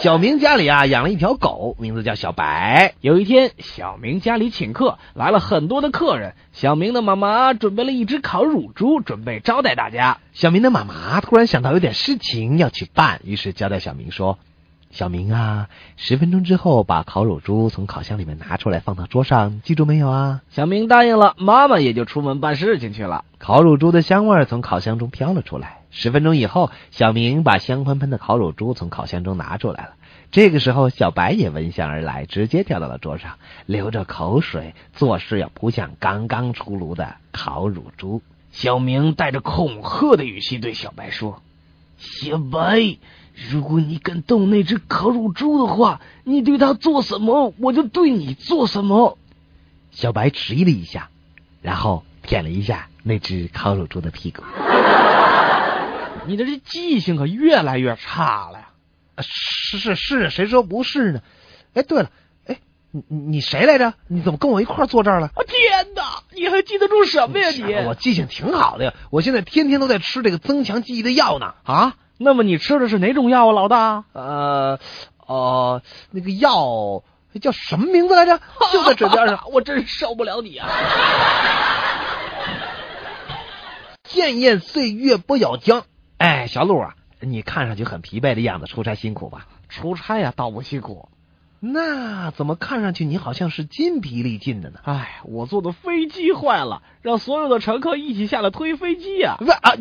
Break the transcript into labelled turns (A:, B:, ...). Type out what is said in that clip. A: 小明家里啊养了一条狗，名字叫小白。
B: 有一天，小明家里请客，来了很多的客人。小明的妈妈准备了一只烤乳猪，准备招待大家。
A: 小明的妈妈突然想到有点事情要去办，于是交代小明说：“小明啊，十分钟之后把烤乳猪从烤箱里面拿出来，放到桌上，记住没有啊？”
B: 小明答应了，妈妈也就出门办事情去了。
A: 烤乳猪的香味儿从烤箱中飘了出来。十分钟以后，小明把香喷喷的烤乳猪从烤箱中拿出来了。这个时候，小白也闻香而来，直接跳到了桌上，流着口水，作势要扑向刚刚出炉的烤乳猪。
B: 小明带着恐吓的语气对小白说：“小白，如果你敢动那只烤乳猪的话，你对它做什么，我就对你做什么。”
A: 小白迟疑了一下，然后舔了一下那只烤乳猪的屁股。
B: 你的这记性可越来越差了呀！
A: 啊是是是，谁说不是呢？哎，对了，哎，你你你谁来着？你怎么跟我一块儿坐这儿了？
B: 我哦天哪，你还记得住什么呀你？
A: 我记性挺好的呀，我现在天天都在吃这个增强记忆的药呢。啊，
B: 那么你吃的是哪种药啊，老大？
A: 呃，呃，那个药叫什么名字来着？就在嘴边 上。
B: 我真受不了你啊！
A: 潋滟岁月不咬缰。哎，小鹿啊，你看上去很疲惫的样子，出差辛苦吧？
B: 出差呀、倒不辛苦。
A: 那怎么看上去你好像是筋疲力尽的呢？
B: 哎，我坐的飞机坏
A: 啊
B: 了，让所有的乘客一起下来推飞机呀、
A: 不是啊啊！